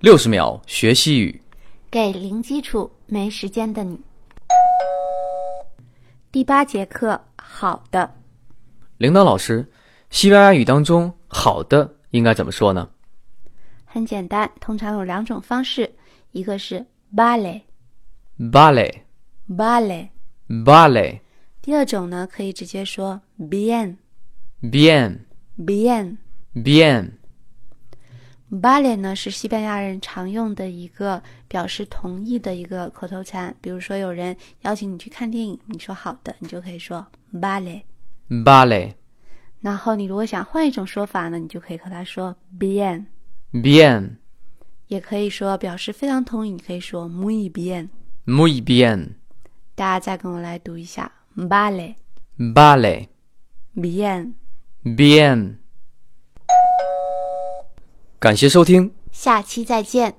六十秒学西语。给零基础没时间的你。第八节课，好的，铃铛老师，西班牙语当中“好的”应该怎么说呢？很简单，通常有两种方式，一个是 vale vale vale， vale 第二种呢可以直接说 bien bien bien。 bien vale 呢是西班牙人常用的一个表示同意的一个口头禅，比如说有人邀请你去看电影，你说好的，你就可以说 vale。 vale 然后你如果想换一种说法呢，你就可以和他说 bien， bien 也可以说表示非常同意，你可以说 muy bien。 muy bien 大家再跟我来读一下 vale vale bien。 bien。感谢收听。下期再见。